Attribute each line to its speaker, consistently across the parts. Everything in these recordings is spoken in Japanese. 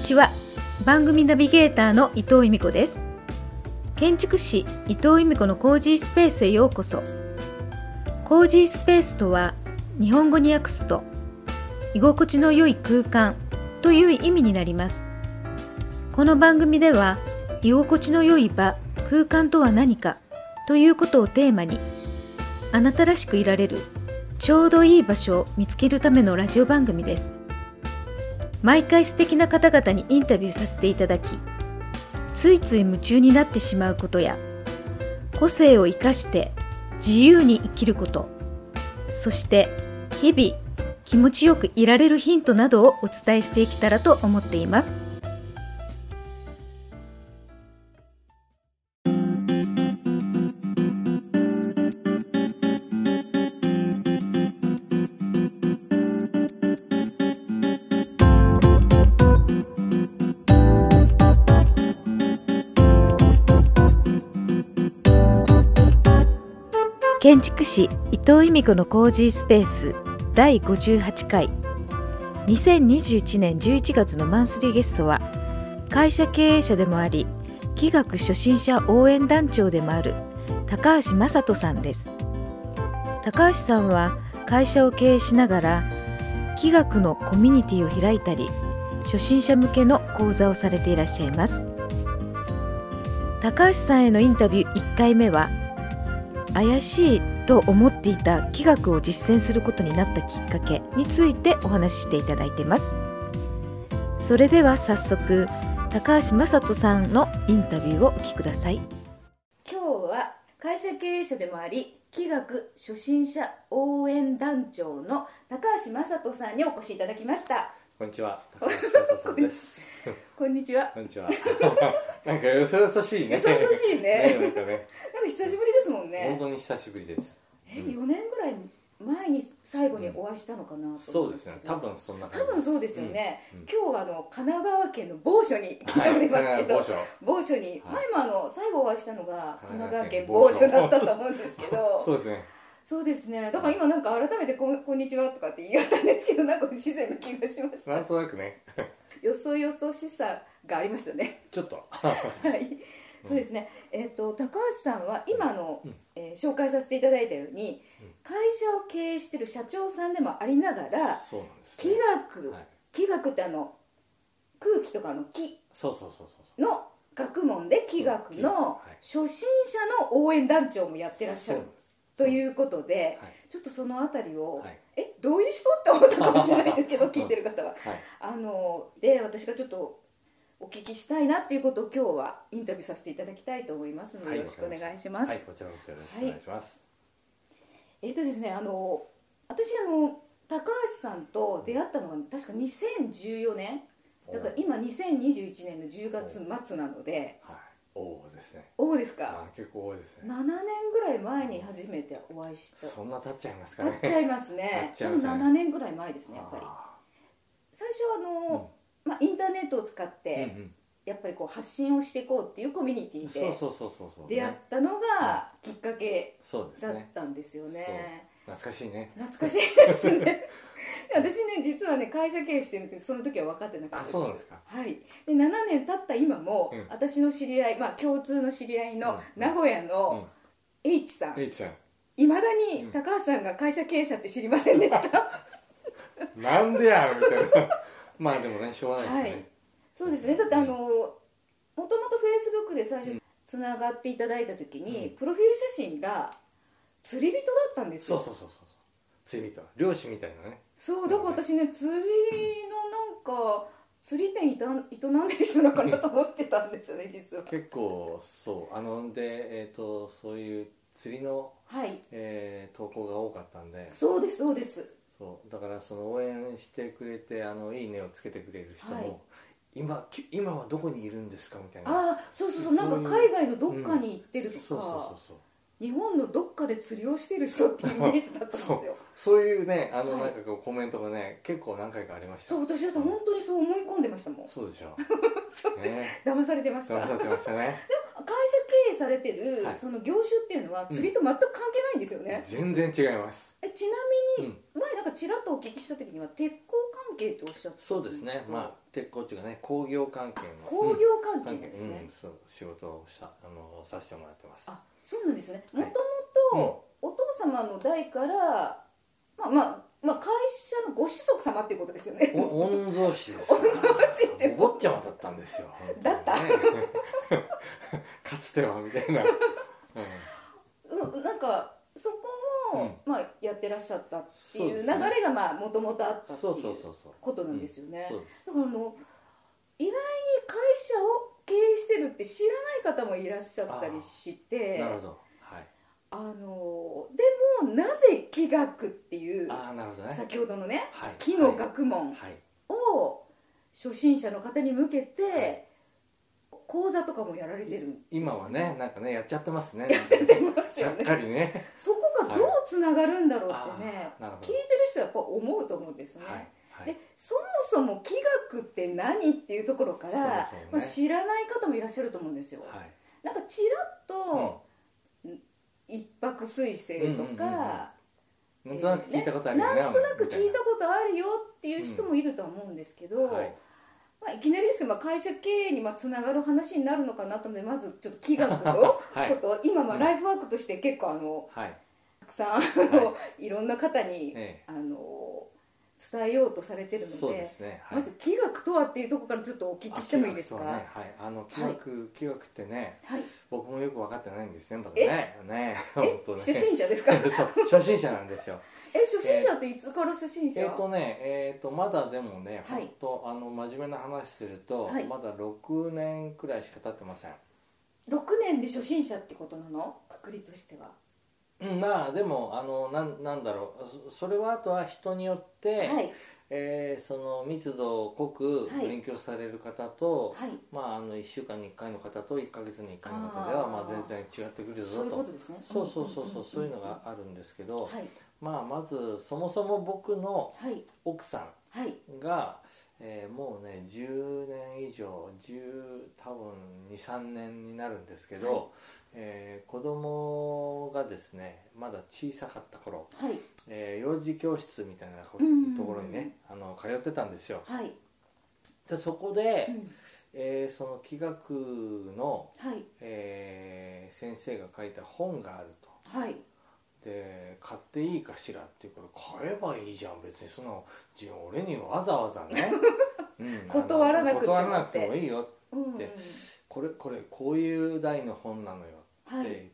Speaker 1: ちは番組ナビゲーターの伊藤由美子です建築士伊藤由美子のコージースペースへようこそコージースペースとは日本語に訳すと居心地の良い空間という意味になりますこの番組では居心地の良い場空間とは何かということをテーマにあなたらしくいられるちょうどいい場所を見つけるためのラジオ番組です毎回素敵な方々にインタビューさせていただきついつい夢中になってしまうことや個性を生かして自由に生きることそして日々気持ちよくいられるヒントなどをお伝えしていけたらと思っています建築士伊藤由美子のコージースペース第58回2021年11月のマンスリーゲストは会社経営者でもあり器学初心者応援団長でもある高橋正人さんです高橋さんは会社を経営しながら器学のコミュニティを開いたり初心者向けの講座をされていらっしゃいます高橋さんへのインタビュー1回目は怪しいと思っていた器楽を実践することになったきっかけについてお話ししていただいてますそれでは早速高橋正人さんのインタビューをお聞きください今日は会社経営者でもあり器楽初心者応援団長の高橋正人さんにお越しいただきました
Speaker 2: こんにち は、高橋正人です。
Speaker 1: こんにちは
Speaker 2: こんにちは。 なんかよそよそしいね。
Speaker 1: 優しいね
Speaker 2: なんか ね、
Speaker 1: なんか久しぶりですもん
Speaker 2: 本
Speaker 1: ね
Speaker 2: 当に久しぶりです。
Speaker 1: え4年ぐらい前に最後にお会いしたのかなと思んけど
Speaker 2: そうですね、多分そんな感
Speaker 1: 多
Speaker 2: じ。
Speaker 1: 分そうですよね、
Speaker 2: うんうん
Speaker 1: 今日はあの神奈川県の某所に来
Speaker 2: は
Speaker 1: て
Speaker 2: い。
Speaker 1: おりますけど、
Speaker 2: 某所
Speaker 1: 某所に、
Speaker 2: は
Speaker 1: 前もあの最後お会いしたのが神奈川
Speaker 2: 神奈川
Speaker 1: 県
Speaker 2: 県
Speaker 1: 某
Speaker 2: 某
Speaker 1: 所
Speaker 2: 所
Speaker 1: だったと思うんですけど そ
Speaker 2: そううですね。
Speaker 1: ですねだから今なんか改めてこん「こんにちは」とかって言い合ったんですけどなんか不自然な気がし まし
Speaker 2: なん
Speaker 1: た
Speaker 2: となくね、
Speaker 1: よそよそしさがありましたね
Speaker 2: ちょっと。
Speaker 1: はいそうですね、えっと高橋さんは今あの、
Speaker 2: うん
Speaker 1: えー紹介させていただいたように、
Speaker 2: うん
Speaker 1: 会社を経営してる社長さんでもありながら
Speaker 2: そうなんです
Speaker 1: 気
Speaker 2: ね。
Speaker 1: 学、
Speaker 2: はい。
Speaker 1: 気学ってあの空気とかの気
Speaker 2: そうそうそうそうそう。
Speaker 1: の学問で気学の
Speaker 2: はい
Speaker 1: 初心者の応援団長もやってらっしゃ
Speaker 2: そう
Speaker 1: る
Speaker 2: なんです。
Speaker 1: ということで、
Speaker 2: はい
Speaker 1: ちょっとそのあたりを、
Speaker 2: はい
Speaker 1: えどういう人って思ったかもしれないです けど聞いてる方は
Speaker 2: はい。
Speaker 1: あので私がちょっとお聞きしたいなっていうことを今日はインタビューさせていただきたいと思いますので、
Speaker 2: はい
Speaker 1: よろしくお願いします。
Speaker 2: はい、こちらこそよろしくお願いします。
Speaker 1: えっとですねあの私あの高橋さんと出会ったのが確か2014年だから今2021年の10月末なので
Speaker 2: おはい。おおですね。
Speaker 1: おうですか
Speaker 2: あー、結構多いですね。
Speaker 1: 7年ぐらい前に初めてお会いした
Speaker 2: そんな経っちゃいますか
Speaker 1: 経っ
Speaker 2: ね。
Speaker 1: ちゃいますね
Speaker 2: 経
Speaker 1: 多
Speaker 2: っちゃい
Speaker 1: 分
Speaker 2: ますね
Speaker 1: 7年ぐらい前ですねやっぱり
Speaker 2: あ
Speaker 1: 最初はあの、まあ、インターネットを使っ
Speaker 2: ー
Speaker 1: て、
Speaker 2: うんうん
Speaker 1: やっぱりこう発信をしていこうっていうコミュニティ
Speaker 2: そう
Speaker 1: で
Speaker 2: そうそうそうそう。
Speaker 1: 出会っ
Speaker 2: ね
Speaker 1: たのがきっかけ
Speaker 2: そうです
Speaker 1: だっ
Speaker 2: ね。
Speaker 1: たんですよね
Speaker 2: 懐かしいね。
Speaker 1: 懐かしいです ねで私ね実はね会社経営してるってその時は分かってなかった
Speaker 2: あ、
Speaker 1: です
Speaker 2: そうなんですか。
Speaker 1: はい、で7年経った今も、
Speaker 2: うん
Speaker 1: 私の知り合い、まあ、共通の知り合いの
Speaker 2: うん
Speaker 1: 名古屋の H さん、
Speaker 2: えいちゃん。
Speaker 1: いまだに
Speaker 2: うん
Speaker 1: 高橋さんが会社経営者って知りませんでした
Speaker 2: なんでやみたいな まあでもねしょうがないですね、
Speaker 1: そうですねだってあのもともとフェイスブックで最初つながっていただいた時に、
Speaker 2: う
Speaker 1: プロフィール写真が釣り人だったんです
Speaker 2: そ
Speaker 1: よ
Speaker 2: うそうそうそうそう釣り人漁師みたいなね
Speaker 1: そうだから私ね釣りのなんか釣り店いた営んでる人なのかなと思ってたんですよね実は
Speaker 2: 結構そうあのでえっ、とそういう釣りの、
Speaker 1: はい
Speaker 2: えー投稿が多かったんで
Speaker 1: そうですそうです
Speaker 2: そうだからその応援してくれてあのいいねをつけてくれる人も、
Speaker 1: はい
Speaker 2: 今き今はどこにいるんですかみたい
Speaker 1: あ
Speaker 2: な
Speaker 1: あそうそうそう
Speaker 2: そ
Speaker 1: な
Speaker 2: うんいう
Speaker 1: か海外のどっかに行って
Speaker 2: そう
Speaker 1: ると
Speaker 2: そうそう
Speaker 1: か
Speaker 2: そう
Speaker 1: 日本のどっかで釣りをしてる人っていうイメージだったんですよ
Speaker 2: そういうねあの
Speaker 1: はい
Speaker 2: なんかこうコメントがね結構何回かありました
Speaker 1: そう私だって本当にそう思い込んでましたもん
Speaker 2: そうでしょ
Speaker 1: そう
Speaker 2: ね
Speaker 1: 騙されてました
Speaker 2: 騙
Speaker 1: 会社
Speaker 2: されてましたね
Speaker 1: 経営されてる、
Speaker 2: はい
Speaker 1: その業種っていうのは釣りと全く関係ないんですよね、
Speaker 2: 全然違います
Speaker 1: えちなみに、前なんかちらっとお聞きした時には鉄鋼係とおっしゃってた
Speaker 2: そうですね、まあ鉄鋼っていうかね工業関係の
Speaker 1: 工業関係なんです
Speaker 2: う
Speaker 1: ね、
Speaker 2: んうん、そう仕事をしたあのさせてもらってます
Speaker 1: あそうなんですね
Speaker 2: は
Speaker 1: も
Speaker 2: い
Speaker 1: ともとお父様の代からまあまあまあ会社のご子息様っていうことですよね
Speaker 2: お御曹司ですから
Speaker 1: 御曹司って
Speaker 2: お坊ちゃまだったんですよ本当にね かつてはみたいな、うん
Speaker 1: うんなんかそこも、まあやってらっしゃったっていう流れがまあもともとあったってい
Speaker 2: そうそううそうそう
Speaker 1: ことなんですよね
Speaker 2: そうです
Speaker 1: だからもう意外に会社を経営してるって知らない方もいらっしゃったりして
Speaker 2: なるほどはい
Speaker 1: あのでもなぜ器学っていう
Speaker 2: ああなるほどね
Speaker 1: 先ほどのね
Speaker 2: はい
Speaker 1: 木の学問
Speaker 2: はい
Speaker 1: を初心者の方に向け
Speaker 2: はい
Speaker 1: て講座とかもやられてる
Speaker 2: 今はねなんかねやっちゃってますね
Speaker 1: やっちゃってます
Speaker 2: ち
Speaker 1: よ
Speaker 2: ゃっ
Speaker 1: ね
Speaker 2: かりね
Speaker 1: そこがどうつながるんだろうってね
Speaker 2: あーなるほ
Speaker 1: 聞い
Speaker 2: ど
Speaker 1: てる人はやっぱ思うと思うんですね。
Speaker 2: はいはい
Speaker 1: でそもそも器楽って何っていうところから、
Speaker 2: そうそうね
Speaker 1: まあ、知らない方もいらっしゃると思うんですよ。
Speaker 2: はい
Speaker 1: なんかちらっと一泊彗星と
Speaker 2: うんうんうんうん
Speaker 1: か、
Speaker 2: うんなんとなく聞いたことあるよね
Speaker 1: なんとなく聞いた
Speaker 2: こ
Speaker 1: ことあるよっていう人もいるとは思うんですけど、
Speaker 2: はい
Speaker 1: まあ、いきなりですけど、まあ、会社経営にまあつながる話になるのかなと思うのでまずちょっと器 楽の
Speaker 2: はい
Speaker 1: こと、今まあ
Speaker 2: うん
Speaker 1: ライフワークとして結構あの
Speaker 2: はい
Speaker 1: たくさんあの、い、ろんな方に、
Speaker 2: え
Speaker 1: あの伝えようとされて
Speaker 2: え
Speaker 1: るので
Speaker 2: そうですねはい
Speaker 1: まず器楽とはっていうところからちょっとお聞きしてもいいですか。
Speaker 2: あ気学とはねはいあの気学気学ってね
Speaker 1: はい、
Speaker 2: 僕もよく分かってないんですねまだねね本
Speaker 1: え、
Speaker 2: 当ね
Speaker 1: 初心者ですか。 え、
Speaker 2: そう初心者なんですよ
Speaker 1: 初心者っていつから初心者。
Speaker 2: えっ、とねえっ、とまだでもね、
Speaker 1: はい
Speaker 2: 本当あの真面目な話すると、
Speaker 1: はい
Speaker 2: まだ6年くらいしか経ってません
Speaker 1: 六年で初心者ってことなの？くくりとしては。
Speaker 2: うんまあでもあのなんなんだろうそそれはあとは人によって、
Speaker 1: はい、
Speaker 2: えーその密度を濃く
Speaker 1: はい
Speaker 2: 勉強される方と、
Speaker 1: はい、
Speaker 2: まああの1週間に1回の方と1ヶ月に1回の方で
Speaker 1: あ
Speaker 2: は
Speaker 1: ー
Speaker 2: まあ全然違ってくる
Speaker 1: そ
Speaker 2: ぞ
Speaker 1: ういうこと
Speaker 2: と
Speaker 1: ですね。
Speaker 2: そうそうそうそうそうい
Speaker 1: ん
Speaker 2: うんの
Speaker 1: んん
Speaker 2: があるんですけど、
Speaker 1: はい、
Speaker 2: まあまずそもそも僕の
Speaker 1: はい、
Speaker 2: 奥さ
Speaker 1: はい、
Speaker 2: んが、えーもうね10年以上10多分23年になるんですけど、
Speaker 1: はい
Speaker 2: えー子供がですねまだ小さかった頃、
Speaker 1: はい、
Speaker 2: えー幼児教室みたいなこ
Speaker 1: うんうんうん
Speaker 2: ところにねあの通ってたんですよ。
Speaker 1: はい、
Speaker 2: でそこで、
Speaker 1: うん
Speaker 2: えーその気学の、
Speaker 1: はい、
Speaker 2: えー先生が書いた本があると。
Speaker 1: はい、
Speaker 2: で買っていいかしらっていうから買えばいいじゃん別にその自分俺にわざわざ ね、うん
Speaker 1: 断らなくても
Speaker 2: 断らなくてもいいよ
Speaker 1: うんうん、
Speaker 2: でこれこれこういう題の本なのよ
Speaker 1: は
Speaker 2: って
Speaker 1: い。
Speaker 2: 言っ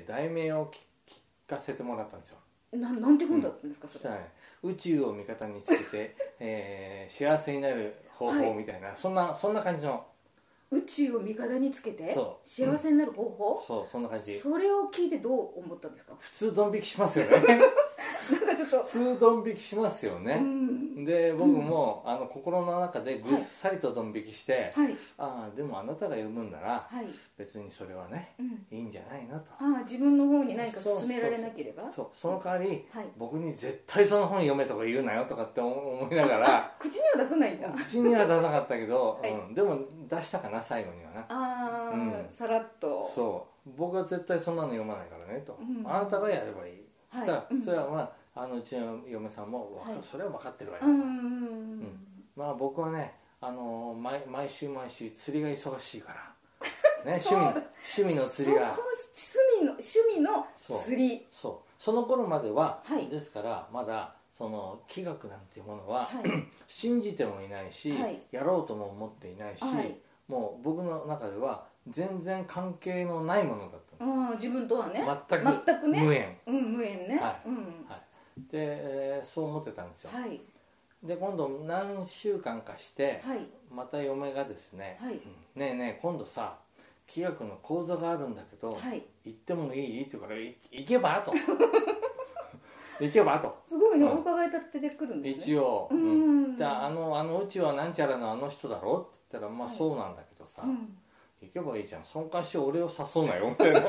Speaker 2: て、題名を聞聞かせてもらったんですよ
Speaker 1: ななんて本だったんですか
Speaker 2: そ
Speaker 1: そ
Speaker 2: した
Speaker 1: れ。
Speaker 2: ら、ね「宇宙を味方につけ て、えー幸せになる方法」みたいな、そんなそんな感じの
Speaker 1: 宇宙を味方につけて
Speaker 2: そう
Speaker 1: 幸せになる方法？
Speaker 2: そうそんな感じ
Speaker 1: それを聞いてどう思ったんですか？
Speaker 2: 普通ドン引きしますよね
Speaker 1: なんかちょっと
Speaker 2: 普。通ドン引きしますよ
Speaker 1: う
Speaker 2: ね、
Speaker 1: ん
Speaker 2: で僕も、あの心の中でぐっさりとドン引きして、
Speaker 1: はい、
Speaker 2: ああでもあなたが読むんなら
Speaker 1: はい、
Speaker 2: 別にそれはね
Speaker 1: うん。
Speaker 2: いいんじゃないのと
Speaker 1: ああ自分の方に何か勧められなければ
Speaker 2: そうその代わり
Speaker 1: はい
Speaker 2: 僕に絶対その本読めとか言うなよとかって思思いながら
Speaker 1: 口には出さないんだ
Speaker 2: 口には出さなかったけど、
Speaker 1: はい
Speaker 2: うん、でも出したかな最後にはな
Speaker 1: ああ、
Speaker 2: うん
Speaker 1: さらっと
Speaker 2: そう僕は絶対そんなの読まないからねと、
Speaker 1: うん
Speaker 2: あなたがやればいい、そしたら
Speaker 1: はい、うん、
Speaker 2: それはまああのうちの嫁さんもわか、
Speaker 1: はい
Speaker 2: それは分かってるわよ、
Speaker 1: うんうん
Speaker 2: まあ僕はね、あのー毎毎週毎週釣りが忙し いから、ね、趣味
Speaker 1: そう
Speaker 2: 趣味の釣りが
Speaker 1: そこ趣味の趣味の
Speaker 2: そう
Speaker 1: 釣り
Speaker 2: そうその頃までは、
Speaker 1: はい
Speaker 2: ですからまだその器楽なんていうものは、
Speaker 1: はい
Speaker 2: 信じてもいないし、
Speaker 1: はい
Speaker 2: やろうとも思っていないし、
Speaker 1: はい
Speaker 2: もう僕の中では全然関係のないものだったの
Speaker 1: ああ自分とはね
Speaker 2: 全く
Speaker 1: 全くね
Speaker 2: 無縁
Speaker 1: うん無縁ね
Speaker 2: はい
Speaker 1: うん
Speaker 2: で、えーそう思ってたんですよ、
Speaker 1: はい
Speaker 2: で今度何週間かして、
Speaker 1: はい
Speaker 2: また嫁がですね「
Speaker 1: はい
Speaker 2: うんねえねえ今度さ気学の講座があるんだけど、
Speaker 1: はい
Speaker 2: 行ってもいい?」って言うから「い行けば?」と 「行けば?」と
Speaker 1: すごいね
Speaker 2: うん
Speaker 1: お伺い立ててくるんですね
Speaker 2: 一応、
Speaker 1: うん
Speaker 2: うん
Speaker 1: うん
Speaker 2: であのあのうちはなんちゃらのあの人だろ?」って言ったら「まあ
Speaker 1: はい
Speaker 2: そうなんだけどさ、
Speaker 1: うん
Speaker 2: 行けばいいじゃんその代わり俺を誘う なよ」みたいな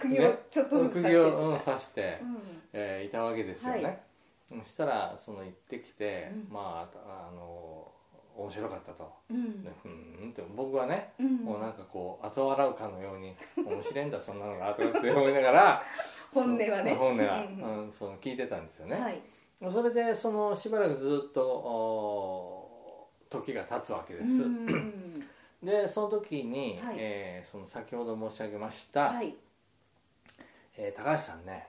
Speaker 1: 釘をちょっとずつ刺して
Speaker 2: 釘を、うん、刺して、
Speaker 1: うん
Speaker 2: えーいたわけですよね、
Speaker 1: は
Speaker 2: そしたらその行ってきて、
Speaker 1: うん
Speaker 2: まああの面白かったと、
Speaker 1: うん
Speaker 2: でふーんって僕はね
Speaker 1: うん
Speaker 2: もうなんかこう嘲笑うかのように「面白いんだそんなのが」とかって思いながら
Speaker 1: 本音はね
Speaker 2: 本音
Speaker 1: う
Speaker 2: は、
Speaker 1: ん
Speaker 2: うんその聞いてたんですよね、
Speaker 1: はい
Speaker 2: それでそのしばらくずっとお時が経つわけです、
Speaker 1: うん
Speaker 2: でその時に、
Speaker 1: はい
Speaker 2: えーその先ほど申し上げました、
Speaker 1: はい
Speaker 2: えー高橋さんね、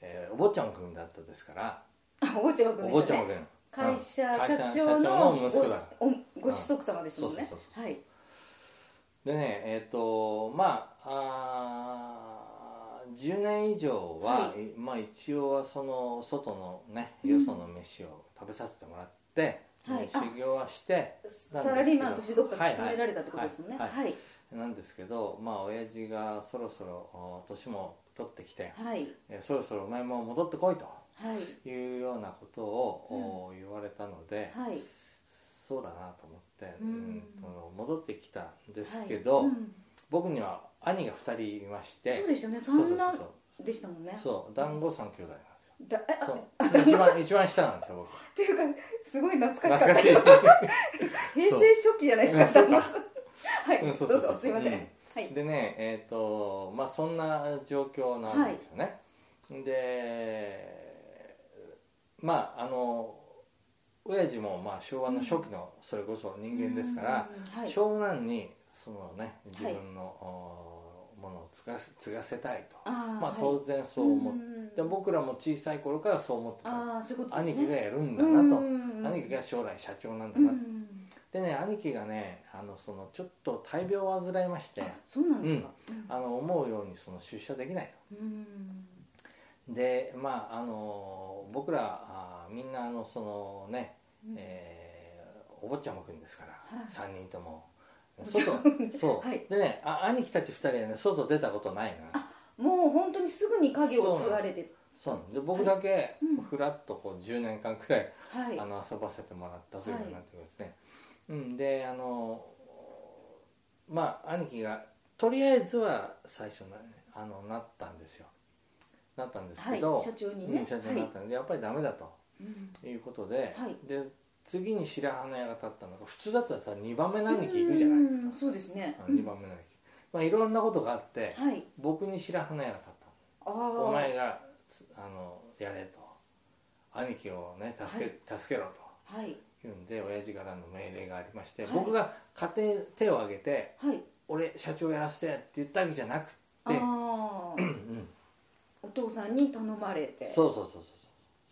Speaker 2: えーお坊ちゃま君だったですから、
Speaker 1: あお坊ちゃま君
Speaker 2: お
Speaker 1: で
Speaker 2: 坊
Speaker 1: し
Speaker 2: ち
Speaker 1: た
Speaker 2: ゃま
Speaker 1: ね
Speaker 2: 君
Speaker 1: 会社
Speaker 2: う
Speaker 1: 社
Speaker 2: ん会社
Speaker 1: 長
Speaker 2: 社
Speaker 1: の
Speaker 2: 長の
Speaker 1: ご
Speaker 2: 息子だ
Speaker 1: おご子息様ですもん
Speaker 2: うん
Speaker 1: ね
Speaker 2: そうそうそうそう
Speaker 1: はい
Speaker 2: でねえっ、とまああー10年以上は、
Speaker 1: はい
Speaker 2: まあ一応はその外のね
Speaker 1: うん
Speaker 2: よその飯を食べさせてもらって、
Speaker 1: はい
Speaker 2: ね修行はして
Speaker 1: サラリーマンとしてどっかに勤められたってことですもんねは
Speaker 2: はいい
Speaker 1: はい
Speaker 2: なんですけどまあ親父がそろそろお年も取ってきて、
Speaker 1: はい
Speaker 2: えそろそろお前も戻ってこいと
Speaker 1: はい
Speaker 2: いうようなことを、お言われたので、
Speaker 1: はい
Speaker 2: そうだなと思って、
Speaker 1: うん
Speaker 2: うんと戻ってきたんですけど、
Speaker 1: はいうん
Speaker 2: 僕には兄が2人いまして
Speaker 1: そうでしたね
Speaker 2: そうそ
Speaker 1: 三
Speaker 2: うそう
Speaker 1: 男でしたもんね
Speaker 2: そう団子三兄弟なんですよ
Speaker 1: だえあ
Speaker 2: そう一番一番下なんですよ僕
Speaker 1: っていうかすごい懐かしか
Speaker 2: 懐
Speaker 1: っ
Speaker 2: か
Speaker 1: た
Speaker 2: しい
Speaker 1: 平成初期じゃないですか
Speaker 2: そうか
Speaker 1: はい
Speaker 2: うん
Speaker 1: ど
Speaker 2: そうそう
Speaker 1: う
Speaker 2: そう
Speaker 1: ぞすいません
Speaker 2: う
Speaker 1: は
Speaker 2: ん
Speaker 1: い
Speaker 2: でねえっ、とまあそんな状況なんですよね、でまああの親父もまあ昭和の初期のそれこそ人間ですから、
Speaker 1: うんはい
Speaker 2: 長男にそのね自分の、おものを継がせ継がせたいと
Speaker 1: あー
Speaker 2: ま
Speaker 1: は
Speaker 2: あ
Speaker 1: い
Speaker 2: 当然そう思って、
Speaker 1: ん
Speaker 2: で僕らも小さい頃からそう思ってた
Speaker 1: ああそういうことです
Speaker 2: 兄
Speaker 1: ね
Speaker 2: 貴がやるんだなと、
Speaker 1: うん
Speaker 2: 兄貴が将来社長なんだ
Speaker 1: う
Speaker 2: なと、
Speaker 1: ん
Speaker 2: でね兄貴がねあのそのちょっと大病を患いまして
Speaker 1: あそうなんですか
Speaker 2: あの思うようにその出社できない
Speaker 1: うんうん
Speaker 2: とでまああの僕らあみんなあのそのね、えーお坊ちゃまくんですから、
Speaker 1: はい
Speaker 2: 3人とも
Speaker 1: お坊ちゃ
Speaker 2: 外
Speaker 1: まくんで
Speaker 2: そ う、
Speaker 1: はい
Speaker 2: でねあ兄貴たち2人はね外出たことないな
Speaker 1: もう本当にすぐに影を継がれて
Speaker 2: そうなんで僕だけ
Speaker 1: うん
Speaker 2: ふらっとこう10年間くらい
Speaker 1: はい
Speaker 2: あの遊ばせてもらったというようになってますね、うん、であのまあ兄貴がとりあえずは最初なあのなったんですよなったんです
Speaker 1: は
Speaker 2: け
Speaker 1: い
Speaker 2: ど、
Speaker 1: 社長に
Speaker 2: う
Speaker 1: ね
Speaker 2: ん社長になったんで、やっぱりダメだと
Speaker 1: はいうん
Speaker 2: いうことで、
Speaker 1: はい
Speaker 2: で次に白羽の矢が立ったのが普通だったらさ2番目の兄貴いるじゃない
Speaker 1: うん
Speaker 2: ですか
Speaker 1: そうですね
Speaker 2: あの2番目の兄貴、まあ、いろんなことがあって
Speaker 1: はい
Speaker 2: 僕に白羽の矢が立った
Speaker 1: ああ
Speaker 2: お前がつあのやれと兄貴をね助け,、助けろと
Speaker 1: はい
Speaker 2: 言うんで親父からの命令がありまして、
Speaker 1: はい
Speaker 2: 僕が勝手に手を挙げて
Speaker 1: はい
Speaker 2: 「俺社長やらせて」って言ったわけじゃなく
Speaker 1: あ
Speaker 2: て、
Speaker 1: あ
Speaker 2: うんうん
Speaker 1: お父さんに頼まれて
Speaker 2: そうそうそうそうそ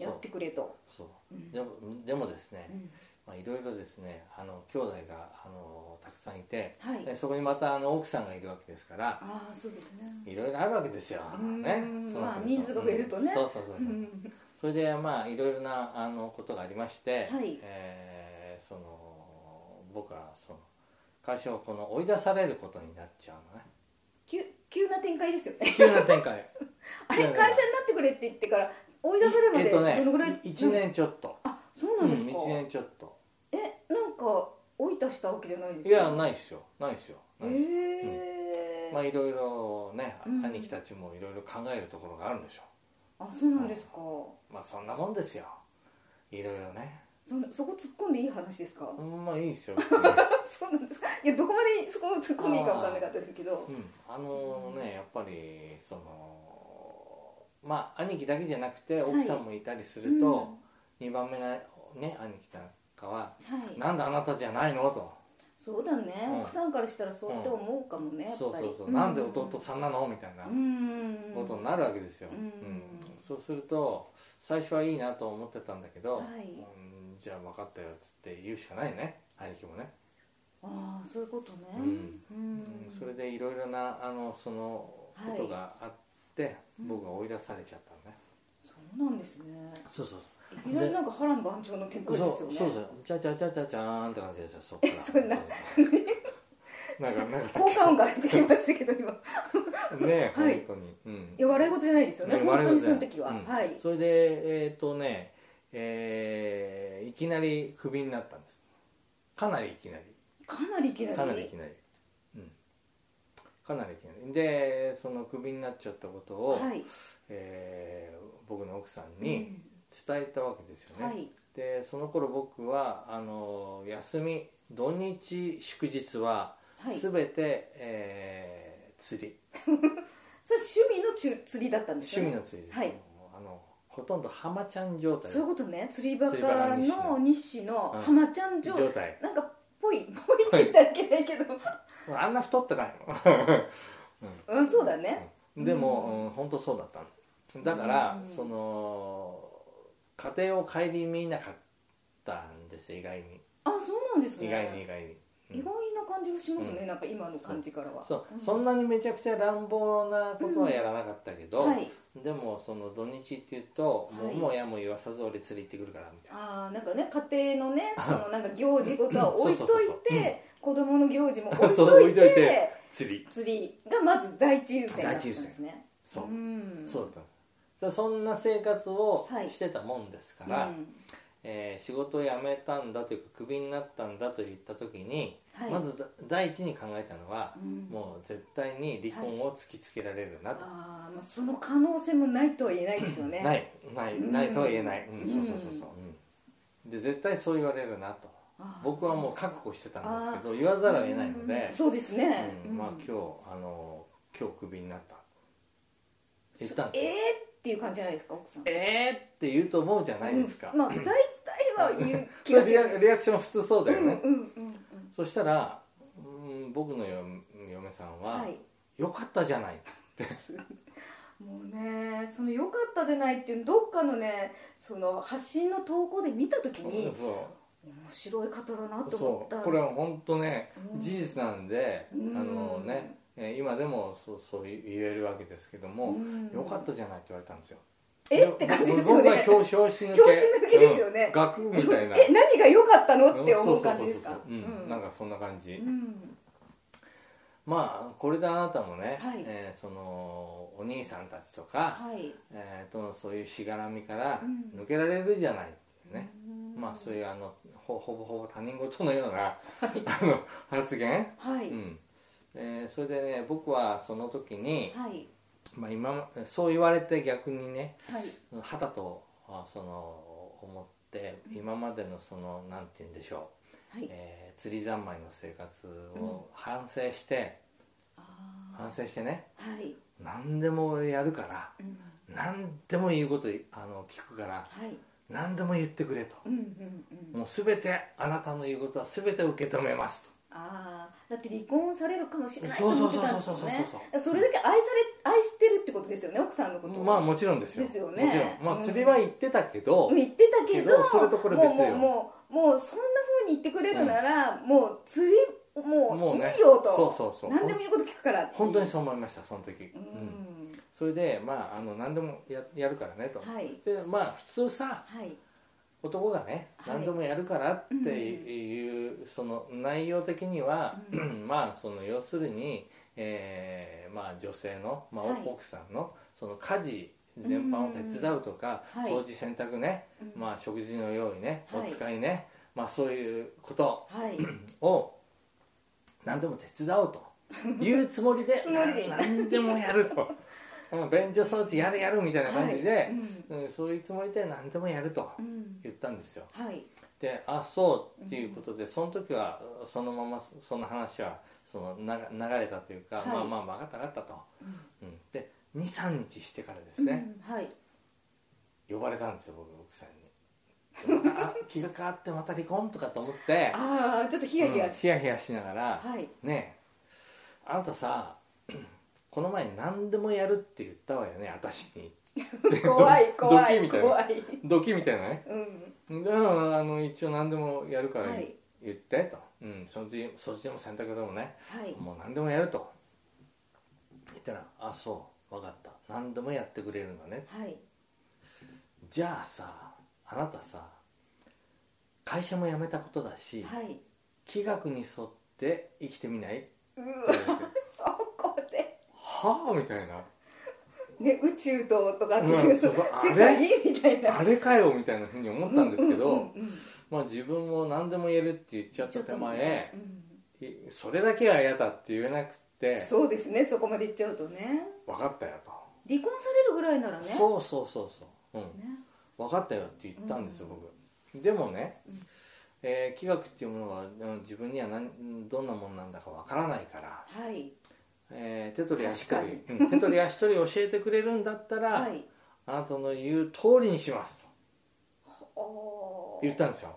Speaker 1: や
Speaker 2: う
Speaker 1: ってくれと
Speaker 2: そう
Speaker 1: うん
Speaker 2: でもでもですね、
Speaker 1: うん
Speaker 2: まあ、いろいろですねあの兄弟があのたくさんいて、
Speaker 1: はい
Speaker 2: でそこにまたあの奥さんがいるわけですから
Speaker 1: ああそうですね
Speaker 2: いろいろあるわけですよ、
Speaker 1: うん
Speaker 2: ねそう
Speaker 1: まあ
Speaker 2: なってくる
Speaker 1: 人
Speaker 2: と
Speaker 1: 数が増えるとね
Speaker 2: うんそうそうそうそううんそれでまあいろいろなあのことがありまして、
Speaker 1: はい
Speaker 2: えーその僕はその会社をこの追い出されることになっちゃうのね
Speaker 1: 急急な展開ですよね
Speaker 2: 急な展開
Speaker 1: あれ
Speaker 2: いや
Speaker 1: 会社
Speaker 2: い
Speaker 1: に
Speaker 2: や
Speaker 1: なってくれって言ってから 追い出されるま
Speaker 2: え
Speaker 1: で
Speaker 2: っと
Speaker 1: ど
Speaker 2: ね
Speaker 1: のぐらい
Speaker 2: 1年ちょっと
Speaker 1: あそうな
Speaker 2: うんん
Speaker 1: ですか
Speaker 2: 1年ちょっと
Speaker 1: えなんか追い出したわけじゃないです
Speaker 2: いやないいですよないですよ
Speaker 1: へ
Speaker 2: ないですよ
Speaker 1: え
Speaker 2: まあいろいろね、
Speaker 1: うん
Speaker 2: 兄貴たちもいろいろ考えるところがあるんでしょ
Speaker 1: あそうなんですか
Speaker 2: うまあそんなもんですよいろいろ ね
Speaker 1: そのそこ突っ込んでいい話ですか
Speaker 2: ほんまあいいですよ、別に
Speaker 1: そうなんですかいやどこまでそこを突っ込んでいいか分かんなかったですけど
Speaker 2: うん、あのねやっぱりそのまあ兄貴だけじゃなくて
Speaker 1: はい
Speaker 2: 奥さんもいたりすると、2番目のね兄貴なんかは
Speaker 1: うんは
Speaker 2: 「
Speaker 1: い
Speaker 2: なんであなたじゃないの?」と
Speaker 1: そうだね、
Speaker 2: うん
Speaker 1: 奥さんからしたらそうって思うかもね、
Speaker 2: 「
Speaker 1: やっ
Speaker 2: そう
Speaker 1: ぱ
Speaker 2: そ
Speaker 1: り
Speaker 2: うそうなんで弟さんなの?」みたいな
Speaker 1: うんうん
Speaker 2: こ
Speaker 1: うん
Speaker 2: とになるわけですよ、
Speaker 1: うん
Speaker 2: そうすると最初はいいなと思ってたんだけど
Speaker 1: は
Speaker 2: 「
Speaker 1: い
Speaker 2: うんじゃあ分かったよ」っつって言うしかないね兄貴もね、
Speaker 1: ああそういうことね
Speaker 2: うん
Speaker 1: うん
Speaker 2: うんそれでいろいろなあのそのことがあって、
Speaker 1: うん
Speaker 2: 僕が追い出されちゃったのね、
Speaker 1: そうなんですね
Speaker 2: そうそうそう
Speaker 1: いきなりなんか波乱万丈の展開ですよね
Speaker 2: そうそうそうじゃじゃじゃじゃじゃーんって感じですよそっから
Speaker 1: そんな
Speaker 2: なんかなんか
Speaker 1: 効果音が入ってきましたけど今
Speaker 2: ね
Speaker 1: はい
Speaker 2: 本当に、うん
Speaker 1: いや笑い事じゃないですよね
Speaker 2: ね
Speaker 1: 本当に
Speaker 2: 悪いこと
Speaker 1: その時は、
Speaker 2: うん
Speaker 1: はい
Speaker 2: それでえっ、とねえーいきなりクビになったんですかなりいきなり
Speaker 1: かなりいきなり
Speaker 2: かなりいきなりうんかなりいきなりでそのクビになっちゃったことを、
Speaker 1: はい、
Speaker 2: えー僕の奥さん
Speaker 1: うん
Speaker 2: に伝えたわけですよね、
Speaker 1: はい
Speaker 2: でその頃僕はあの休み土日祝日は
Speaker 1: はいそ
Speaker 2: す
Speaker 1: れ
Speaker 2: べて、えー釣り
Speaker 1: 趣味の中釣りだったんです
Speaker 2: 趣
Speaker 1: よ
Speaker 2: 味
Speaker 1: ね
Speaker 2: の釣り、
Speaker 1: はい
Speaker 2: あのほとんど浜ちゃん状態
Speaker 1: そういうことね釣りバ
Speaker 2: 釣りバカ
Speaker 1: カの西の浜ちゃん
Speaker 2: 状
Speaker 1: 城
Speaker 2: 態
Speaker 1: なんかぽ いぽいって言ったらいけないけど
Speaker 2: あんな太ってない
Speaker 1: うんそうだね
Speaker 2: のでも、うん、本当そうだったのだから、
Speaker 1: うん
Speaker 2: その家庭を顧みなかったんです意外に
Speaker 1: あそうなんですね
Speaker 2: 意外に意外に、うん
Speaker 1: 意外な感じがしますね、なんか今の感じからは
Speaker 2: そう、
Speaker 1: ん
Speaker 2: そんなにめちゃくちゃ乱暴なことはやらなかったけど、
Speaker 1: はい
Speaker 2: でもその土日っていうと、も
Speaker 1: は
Speaker 2: う
Speaker 1: い
Speaker 2: もやも言わさず俺釣り行ってくるからみたいな
Speaker 1: あーなんかね家庭のね
Speaker 2: あ
Speaker 1: そ のなんか行事ごとは置いとい
Speaker 2: そうそうそうそう
Speaker 1: て子供の行事も置い
Speaker 2: そう
Speaker 1: と
Speaker 2: 置い
Speaker 1: い
Speaker 2: とい
Speaker 1: て
Speaker 2: て釣り
Speaker 1: 釣りがまず第一優先だったんですね
Speaker 2: そう、
Speaker 1: ん
Speaker 2: そうだったんですそんな生活を
Speaker 1: はい
Speaker 2: してたもんですから、
Speaker 1: うん
Speaker 2: えー仕事を辞めたんだというかクビになったんだと言った時に、
Speaker 1: はい、
Speaker 2: まずだ第一に考えたのは、
Speaker 1: うん
Speaker 2: もう絶対に離婚を突きつけられるなと、
Speaker 1: あーまあその可能性もないとは言えないですよね
Speaker 2: ないないないとは言えない、
Speaker 1: うん
Speaker 2: うんそうそうそうそう、うんで絶対そう言われるなと
Speaker 1: あー
Speaker 2: 僕はもう覚悟してたんですけど言わざるを得ないので
Speaker 1: うん、そうですね、
Speaker 2: うんまあ
Speaker 1: うん
Speaker 2: 今日あの今日クビになった言ったんです
Speaker 1: え
Speaker 2: よ
Speaker 1: ーっていう感じじゃないですか奥さん
Speaker 2: えーって言うと思うじゃないですか、
Speaker 1: うんまあ大体は言う気
Speaker 2: それ
Speaker 1: がす
Speaker 2: リア
Speaker 1: る
Speaker 2: リアクション普通そうだよね、
Speaker 1: うんうんうんうん
Speaker 2: そしたら、うん、僕のよ嫁さんは、
Speaker 1: はい
Speaker 2: よかったじゃない
Speaker 1: もうねその「良かったじゃない」っていうどっかのねその発信の投稿で見た時に
Speaker 2: そ
Speaker 1: 面白い方だな
Speaker 2: う
Speaker 1: と思
Speaker 2: そ
Speaker 1: っ
Speaker 2: う
Speaker 1: た
Speaker 2: これは本当ね
Speaker 1: うん
Speaker 2: 事実なんで、
Speaker 1: うん
Speaker 2: あのねえー今でもそうそう言えるわけですけども、
Speaker 1: うん
Speaker 2: よかったじゃないって言われたんですよ
Speaker 1: えって感じですよ
Speaker 2: 僕は
Speaker 1: ね
Speaker 2: 表彰し抜け
Speaker 1: 拍子抜けですよね
Speaker 2: うん額みたいな
Speaker 1: え何が良かったのって思う感じですか
Speaker 2: そうそうそうそううん
Speaker 1: うん
Speaker 2: なんかそんな感じ、
Speaker 1: うん
Speaker 2: まあこれであなたもね、
Speaker 1: はい
Speaker 2: えーそのお兄さんたちとか、
Speaker 1: はい
Speaker 2: えーとそういうしがらみから
Speaker 1: うん
Speaker 2: 抜けられるじゃないっていうね、
Speaker 1: うん
Speaker 2: まあそういうあのほほぼほぼ他人事のような あの発言、
Speaker 1: は
Speaker 2: う
Speaker 1: い
Speaker 2: んえーそれでね僕はその時に、
Speaker 1: はい
Speaker 2: まあ、今まそう言われて逆にね
Speaker 1: はい
Speaker 2: 肌とあその思って今までのそのなんて言うんでしょ
Speaker 1: は
Speaker 2: う、
Speaker 1: い
Speaker 2: えー釣り三昧の生活を反省して、
Speaker 1: あ
Speaker 2: 反省してね
Speaker 1: ーはい
Speaker 2: 何でも俺やるから
Speaker 1: うん
Speaker 2: 何でも言うことあの聞くから
Speaker 1: はい
Speaker 2: 何でも言ってくれと
Speaker 1: うんうんうん
Speaker 2: もう全てあなたの言うことは全て受け止めますと
Speaker 1: ああだって離婚されるかもしれないと思ってたんですよ
Speaker 2: そうそうそうそう
Speaker 1: ね
Speaker 2: そうそう
Speaker 1: それだけ愛され愛してるってことですよね奥さんのことを
Speaker 2: まあもちろんですよ
Speaker 1: ですよね
Speaker 2: もちろんまあ
Speaker 1: うん
Speaker 2: 釣りは行ってたけど、
Speaker 1: 言ってたけ
Speaker 2: け
Speaker 1: ど
Speaker 2: どそれとこれ別よ
Speaker 1: もうもうもうもうそんなふうに言ってくれるなら、もう釣りも
Speaker 2: も
Speaker 1: う
Speaker 2: うね
Speaker 1: いいよと
Speaker 2: そうそうそう
Speaker 1: 何でも言うこと聞くからっていう
Speaker 2: 本当にそう思いましたその時、
Speaker 1: う
Speaker 2: うん
Speaker 1: ん、
Speaker 2: それでまああの何でもややるからねと、
Speaker 1: はい
Speaker 2: でまあ普通さ
Speaker 1: はい
Speaker 2: 男がね
Speaker 1: はい
Speaker 2: 何でもやるからって
Speaker 1: うん
Speaker 2: いう、その内容的には、
Speaker 1: う
Speaker 2: まあその要するに、えーまあ、女性の、まあ
Speaker 1: はい、
Speaker 2: 奥さんのその家事全般を手伝うとか、
Speaker 1: うんはい
Speaker 2: 掃除洗濯ね、
Speaker 1: うん
Speaker 2: まあ、食事の用意ね、
Speaker 1: はい
Speaker 2: お使いね、まあ、そういうこと
Speaker 1: はい
Speaker 2: を何でも手伝お うというつもりで
Speaker 1: つもりで
Speaker 2: な何でもや るとうん便所掃除やるやるみたいな感じで、
Speaker 1: はいうん
Speaker 2: うん、そういうつもりで何でもやると
Speaker 1: うん
Speaker 2: 言ったんですよ。
Speaker 1: はい
Speaker 2: であそうっていうことで、その時はそのままその話はそのな流れたというか、
Speaker 1: はい
Speaker 2: まあまあ分かった分かったと、うん、で23日してからですね、
Speaker 1: うんはい
Speaker 2: 呼ばれたんですよ僕奥さんにまたあ気が変わってまた離婚とかと思って
Speaker 1: ああちょっとヒヤヒヤ
Speaker 2: うん
Speaker 1: し
Speaker 2: ヒヤヒヤしながら、
Speaker 1: はい
Speaker 2: ねえあなたさ この前何でもやるって言ったわよね私に
Speaker 1: 怖い
Speaker 2: ド
Speaker 1: 怖
Speaker 2: ドキ
Speaker 1: い
Speaker 2: みたい
Speaker 1: 怖
Speaker 2: ないドキみたいなね
Speaker 1: うん
Speaker 2: であの一応何でもやるから
Speaker 1: はい
Speaker 2: 言ってと、うん、掃除掃除でも洗濯でもね
Speaker 1: はい
Speaker 2: もう何でもやると言ったら「あそう分かった何でもやってくれるんだね
Speaker 1: はい
Speaker 2: じゃあさあなたさ会社も辞めたことだし、
Speaker 1: はい
Speaker 2: 気学に沿って生きて みない?」って
Speaker 1: う
Speaker 2: 言わ
Speaker 1: わ
Speaker 2: れて
Speaker 1: そこで
Speaker 2: 「はあ?」みたいな
Speaker 1: ね、宇宙ととかっていう、
Speaker 2: うんそうそうあれ
Speaker 1: 世界みたい
Speaker 2: 「
Speaker 1: な
Speaker 2: あれかよ」みたいなふうに思ったんですけど、
Speaker 1: うんうんうん
Speaker 2: まあ自分も何でも言えるって言っちゃった手前
Speaker 1: う、
Speaker 2: いそれだけは嫌だって言えなくて
Speaker 1: んそうですねそこまで言っちゃうとね
Speaker 2: 分かったよと、
Speaker 1: 離婚されるぐらいならね
Speaker 2: そうそうそうそう、うん
Speaker 1: ね
Speaker 2: 分かったよって言ったんですよ、
Speaker 1: う
Speaker 2: 僕でもね、
Speaker 1: うん
Speaker 2: えー、気学っていうものはうん自分には何どんなもんなんだか分からないから、
Speaker 1: はい
Speaker 2: えー手取り足取り
Speaker 1: 確、
Speaker 2: うん手取り足取り教えてくれるんだったら、
Speaker 1: はい
Speaker 2: あなたの言う通りにしますと
Speaker 1: あ
Speaker 2: 言ったん
Speaker 1: っ
Speaker 2: ですよ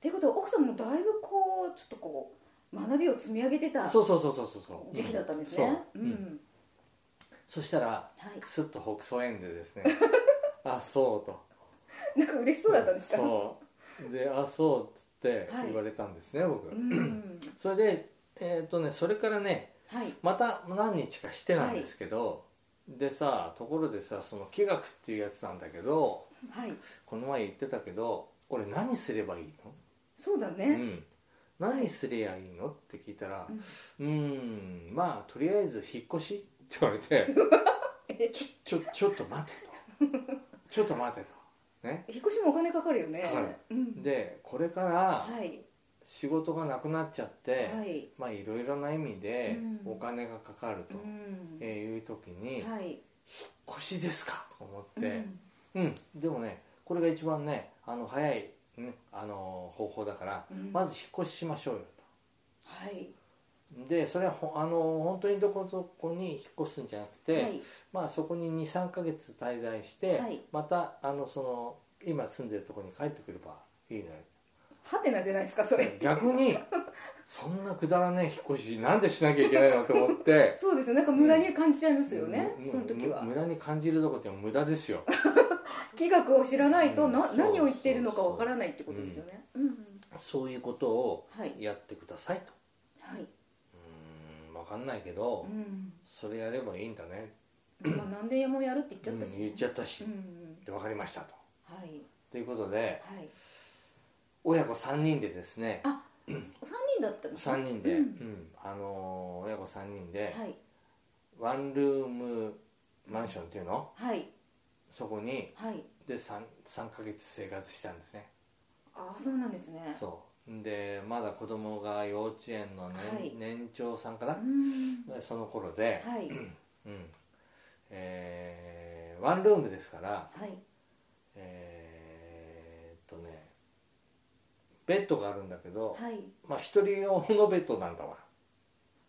Speaker 1: ていうことは奥さんもだいぶこうちょっとこう学びを積み上げてた
Speaker 2: そうそうそうそうそうそう
Speaker 1: 時期だったんですね、
Speaker 2: そううんんそしたら
Speaker 1: はい
Speaker 2: すっと北総園 でですねあそうと
Speaker 1: なんか嬉しそうだったんですか
Speaker 2: そうであそうっつって
Speaker 1: はい
Speaker 2: 言われたんですね、僕
Speaker 1: うん
Speaker 2: それでえっ、とねそれからね
Speaker 1: はい
Speaker 2: また何日かしてなんですけど、でさところでさその気学っていうやつなんだけど
Speaker 1: はい
Speaker 2: この前言ってたけど俺何すればいいの
Speaker 1: そうだ
Speaker 2: う
Speaker 1: ね、
Speaker 2: ん、何すりゃいいのって聞いたら
Speaker 1: うん
Speaker 2: 「うーんまあとりあえず引っ越し」って言われて
Speaker 1: え
Speaker 2: 「ちょちょちょっと待て」と「ちょっと待て」と。ね、
Speaker 1: 引っ越しもお金かかるよね
Speaker 2: かかる
Speaker 1: うん、
Speaker 2: でこれから
Speaker 1: はい
Speaker 2: 仕事がなくなっちゃって、
Speaker 1: はい
Speaker 2: まあいろいろな意味で
Speaker 1: うん
Speaker 2: お金がかかると、
Speaker 1: うん
Speaker 2: えーいう時に
Speaker 1: はい
Speaker 2: 「腰ですか?」と思っ
Speaker 1: う
Speaker 2: て、
Speaker 1: ん
Speaker 2: うんでもねこれが一番ねあの早い、ね、あの方法だから、
Speaker 1: うん
Speaker 2: まず引っ越ししましょうよと。
Speaker 1: はい
Speaker 2: でそれはほあの本当にどこどこに引っ越すんじゃなくて、
Speaker 1: はい
Speaker 2: まあ、そこに23ヶ月滞在して、
Speaker 1: はい
Speaker 2: またあのその今住んでるところに帰ってくればいいのよ
Speaker 1: ハテナじゃないですかそれ
Speaker 2: 逆にそんなくだらねえ引っ越しなんでしなきゃいけないのと思って
Speaker 1: そうですよなんか無駄に感じちゃいますよね、
Speaker 2: むむ
Speaker 1: その時は
Speaker 2: む無駄に感じるとこって無駄ですよ
Speaker 1: 企画を知らないとな、
Speaker 2: うん
Speaker 1: 何を言っているのかわからないってことですよねうんうん
Speaker 2: そういうことを
Speaker 1: はい
Speaker 2: やってくださいと
Speaker 1: はい、
Speaker 2: うん分かんないけど、
Speaker 1: うん
Speaker 2: それやればいいんだね
Speaker 1: まあ、何でもやるって言っちゃったし、
Speaker 2: うん言っちゃったし、
Speaker 1: うんうん
Speaker 2: で分かりましたと
Speaker 1: はい
Speaker 2: ということで
Speaker 1: はい
Speaker 2: 親子3人でですね
Speaker 1: あ三人だったの
Speaker 2: 3人で、
Speaker 1: うん
Speaker 2: うんあのー親子3人で、
Speaker 1: はい
Speaker 2: ワンルームマンションっていうの
Speaker 1: はい
Speaker 2: そこに
Speaker 1: はい
Speaker 2: で 3, 3ヶ月生活したんですね
Speaker 1: ああそうなんですね
Speaker 2: そうんでまだ子供が幼稚園の、ね
Speaker 1: はい
Speaker 2: 年長さんかな
Speaker 1: う、ん
Speaker 2: その頃で、
Speaker 1: はい
Speaker 2: うんえーワンルームですから
Speaker 1: はい
Speaker 2: えー、っとねベッドがあるんだけど、
Speaker 1: はい
Speaker 2: まあ一人用のベッドなんだわ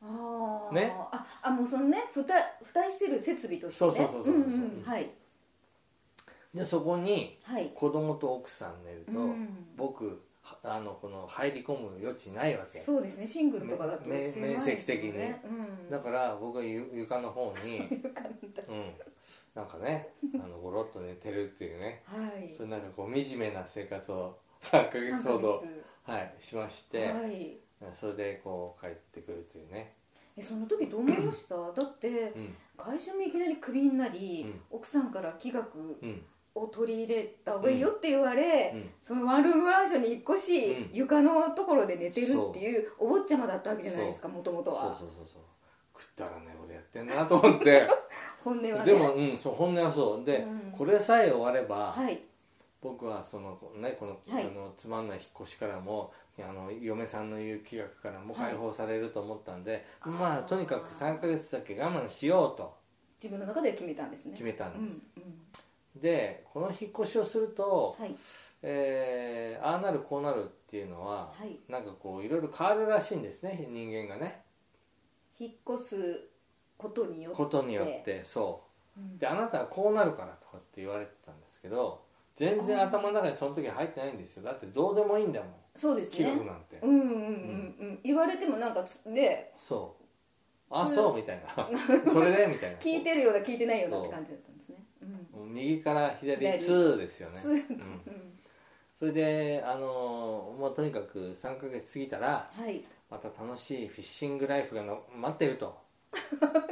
Speaker 1: ああ
Speaker 2: ね
Speaker 1: ああもうそのねふた蓋してる設備として
Speaker 2: そう
Speaker 1: ね
Speaker 2: そうそうそうそうん
Speaker 1: うんはい
Speaker 2: でそこに
Speaker 1: はい
Speaker 2: 子供と奥さん寝ると、
Speaker 1: うん
Speaker 2: 僕はあのこの入り込む余地ないわけ
Speaker 1: そうですねシングルとかだと狭
Speaker 2: め
Speaker 1: いですよ
Speaker 2: 面積的にね
Speaker 1: うん
Speaker 2: だから僕はゆ床の方に、うん、
Speaker 1: よかった
Speaker 2: なんかねあのゴロッと寝てるっていうね
Speaker 1: はい
Speaker 2: そういうなんかこう惨めな生活を3
Speaker 1: 三
Speaker 2: ヶ月
Speaker 1: ヶ
Speaker 2: ほ
Speaker 1: 月
Speaker 2: ど、はい、しまして、
Speaker 1: はい
Speaker 2: それでこう帰ってくるというね、
Speaker 1: えその時どう思いましただって
Speaker 2: うん
Speaker 1: 会社もいきなりクビになり、
Speaker 2: うん
Speaker 1: 奥さんから器楽
Speaker 2: うん
Speaker 1: を取り入れた方がいいよって言われ、
Speaker 2: うん、
Speaker 1: そのワンルームマンションに引っ越し、
Speaker 2: うん
Speaker 1: 床のところで寝てるっていうお坊ちゃまだったわけじゃないですかもともと
Speaker 2: そう
Speaker 1: は
Speaker 2: そうそうそうくだらないことやってんなと思って
Speaker 1: 本音はね
Speaker 2: でも、うん、そう本音はそうで、
Speaker 1: うん
Speaker 2: これさえ終われば、
Speaker 1: はい
Speaker 2: 僕はその、ね、この,、
Speaker 1: はい
Speaker 2: あのつまんない引っ越しからもあの嫁さんの言う気学からも
Speaker 1: はい
Speaker 2: 解放されると思ったんで、
Speaker 1: あー
Speaker 2: まあとにかく3ヶ月だけ我慢しようと
Speaker 1: 自分の中で決めたんですね
Speaker 2: 決めた
Speaker 1: うん
Speaker 2: ん
Speaker 1: う
Speaker 2: です、
Speaker 1: ん
Speaker 2: でこの引っ越しをすると、
Speaker 1: はい
Speaker 2: えーああなるこうなるっていうのは、
Speaker 1: はい
Speaker 2: なんかこういろいろ変わるらしいんですね人間がね
Speaker 1: 引っ越すことによって
Speaker 2: ことによってそううんであなたはこうなるからとかって言われてたんですけど全然頭の中にその時入ってないんですよだってどうでもいいんだもん
Speaker 1: そうです
Speaker 2: 気
Speaker 1: ね
Speaker 2: 学なんて、
Speaker 1: うんうんうんうん言われてもなんかつね
Speaker 2: そうあ
Speaker 1: つ
Speaker 2: そうみた いなそれでみたいな
Speaker 1: 聞いてるような聞いてないようなって感じだったんですねうん
Speaker 2: 右から左
Speaker 1: 左
Speaker 2: 2ですよね
Speaker 1: つ
Speaker 2: うん
Speaker 1: うん
Speaker 2: それであのもうとにかく3ヶ月過ぎたら
Speaker 1: はい
Speaker 2: また楽しいフィッシングライフがの待ってると、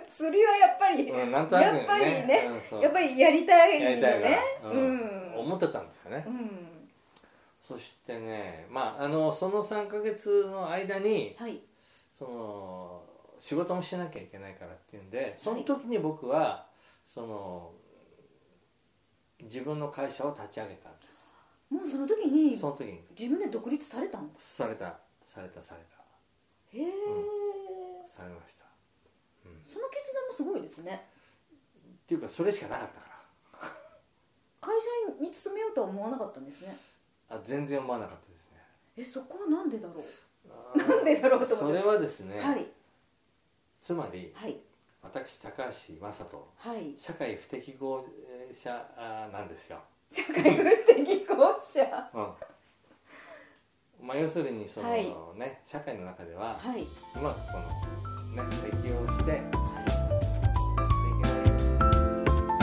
Speaker 1: 釣りはやっぱり、
Speaker 2: うん、なんとなくね
Speaker 1: やっぱりね
Speaker 2: うんそう
Speaker 1: やっぱりやりたい
Speaker 2: やり
Speaker 1: の
Speaker 2: たい
Speaker 1: ね
Speaker 2: から、
Speaker 1: う
Speaker 2: うん
Speaker 1: ん
Speaker 2: 思ってたんですよね、
Speaker 1: うん
Speaker 2: そしてねまああのその3ヶ月の間に
Speaker 1: はい
Speaker 2: その仕事もしなきゃいけないからっていうんでその時に僕は、その自分の会社を立ち上げたんです
Speaker 1: もうその時に
Speaker 2: その時に
Speaker 1: 自分で独立されたんだ
Speaker 2: されたされたされた
Speaker 1: へえ、
Speaker 2: されました、うん、っ
Speaker 1: その決断もすごいですね
Speaker 2: ていうかそれしかなかったか
Speaker 1: 会社に勤めようとは思わなかったんですね
Speaker 2: らあ全然思わなかったですね
Speaker 1: えそこはなんでだろう
Speaker 2: な ん
Speaker 1: でだろうと思っ
Speaker 2: そ
Speaker 1: て
Speaker 2: れはですね、
Speaker 1: はい
Speaker 2: つまり
Speaker 1: はい
Speaker 2: 私高橋雅人
Speaker 1: はい
Speaker 2: 社会不適合者あーなんですよ、
Speaker 1: 社会不適合者
Speaker 2: うんまあ、要するにその、
Speaker 1: はい
Speaker 2: ね社会の中では
Speaker 1: はいう
Speaker 2: まくこの、ね、適応してできない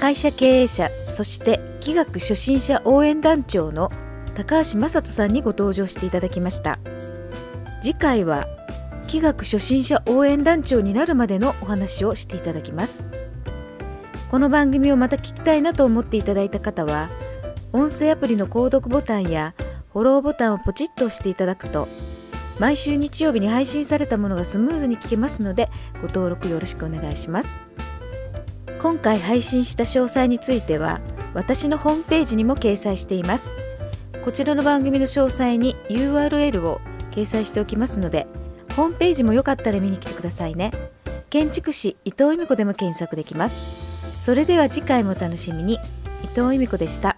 Speaker 3: 会社経営者そして器学初心者応援団長の高橋正人さんにご登場していただきました次回は器学初心者応援団長になるまでのお話をしていただきますこの番組をまた聞きたいなと思っていただいた方は音声アプリの購読ボタンやフォローボタンをポチッと押していただくと毎週日曜日に配信されたものがスムーズに聞けますのでご登録よろしくお願いします今回配信した詳細については私のホームページにも掲載していますこちらの番組の詳細に URL を掲載しておきますのでホームページもよかったら見に来てくださいね建築士伊藤由美子でも検索できますそれでは次回もお楽しみに伊藤由美子でした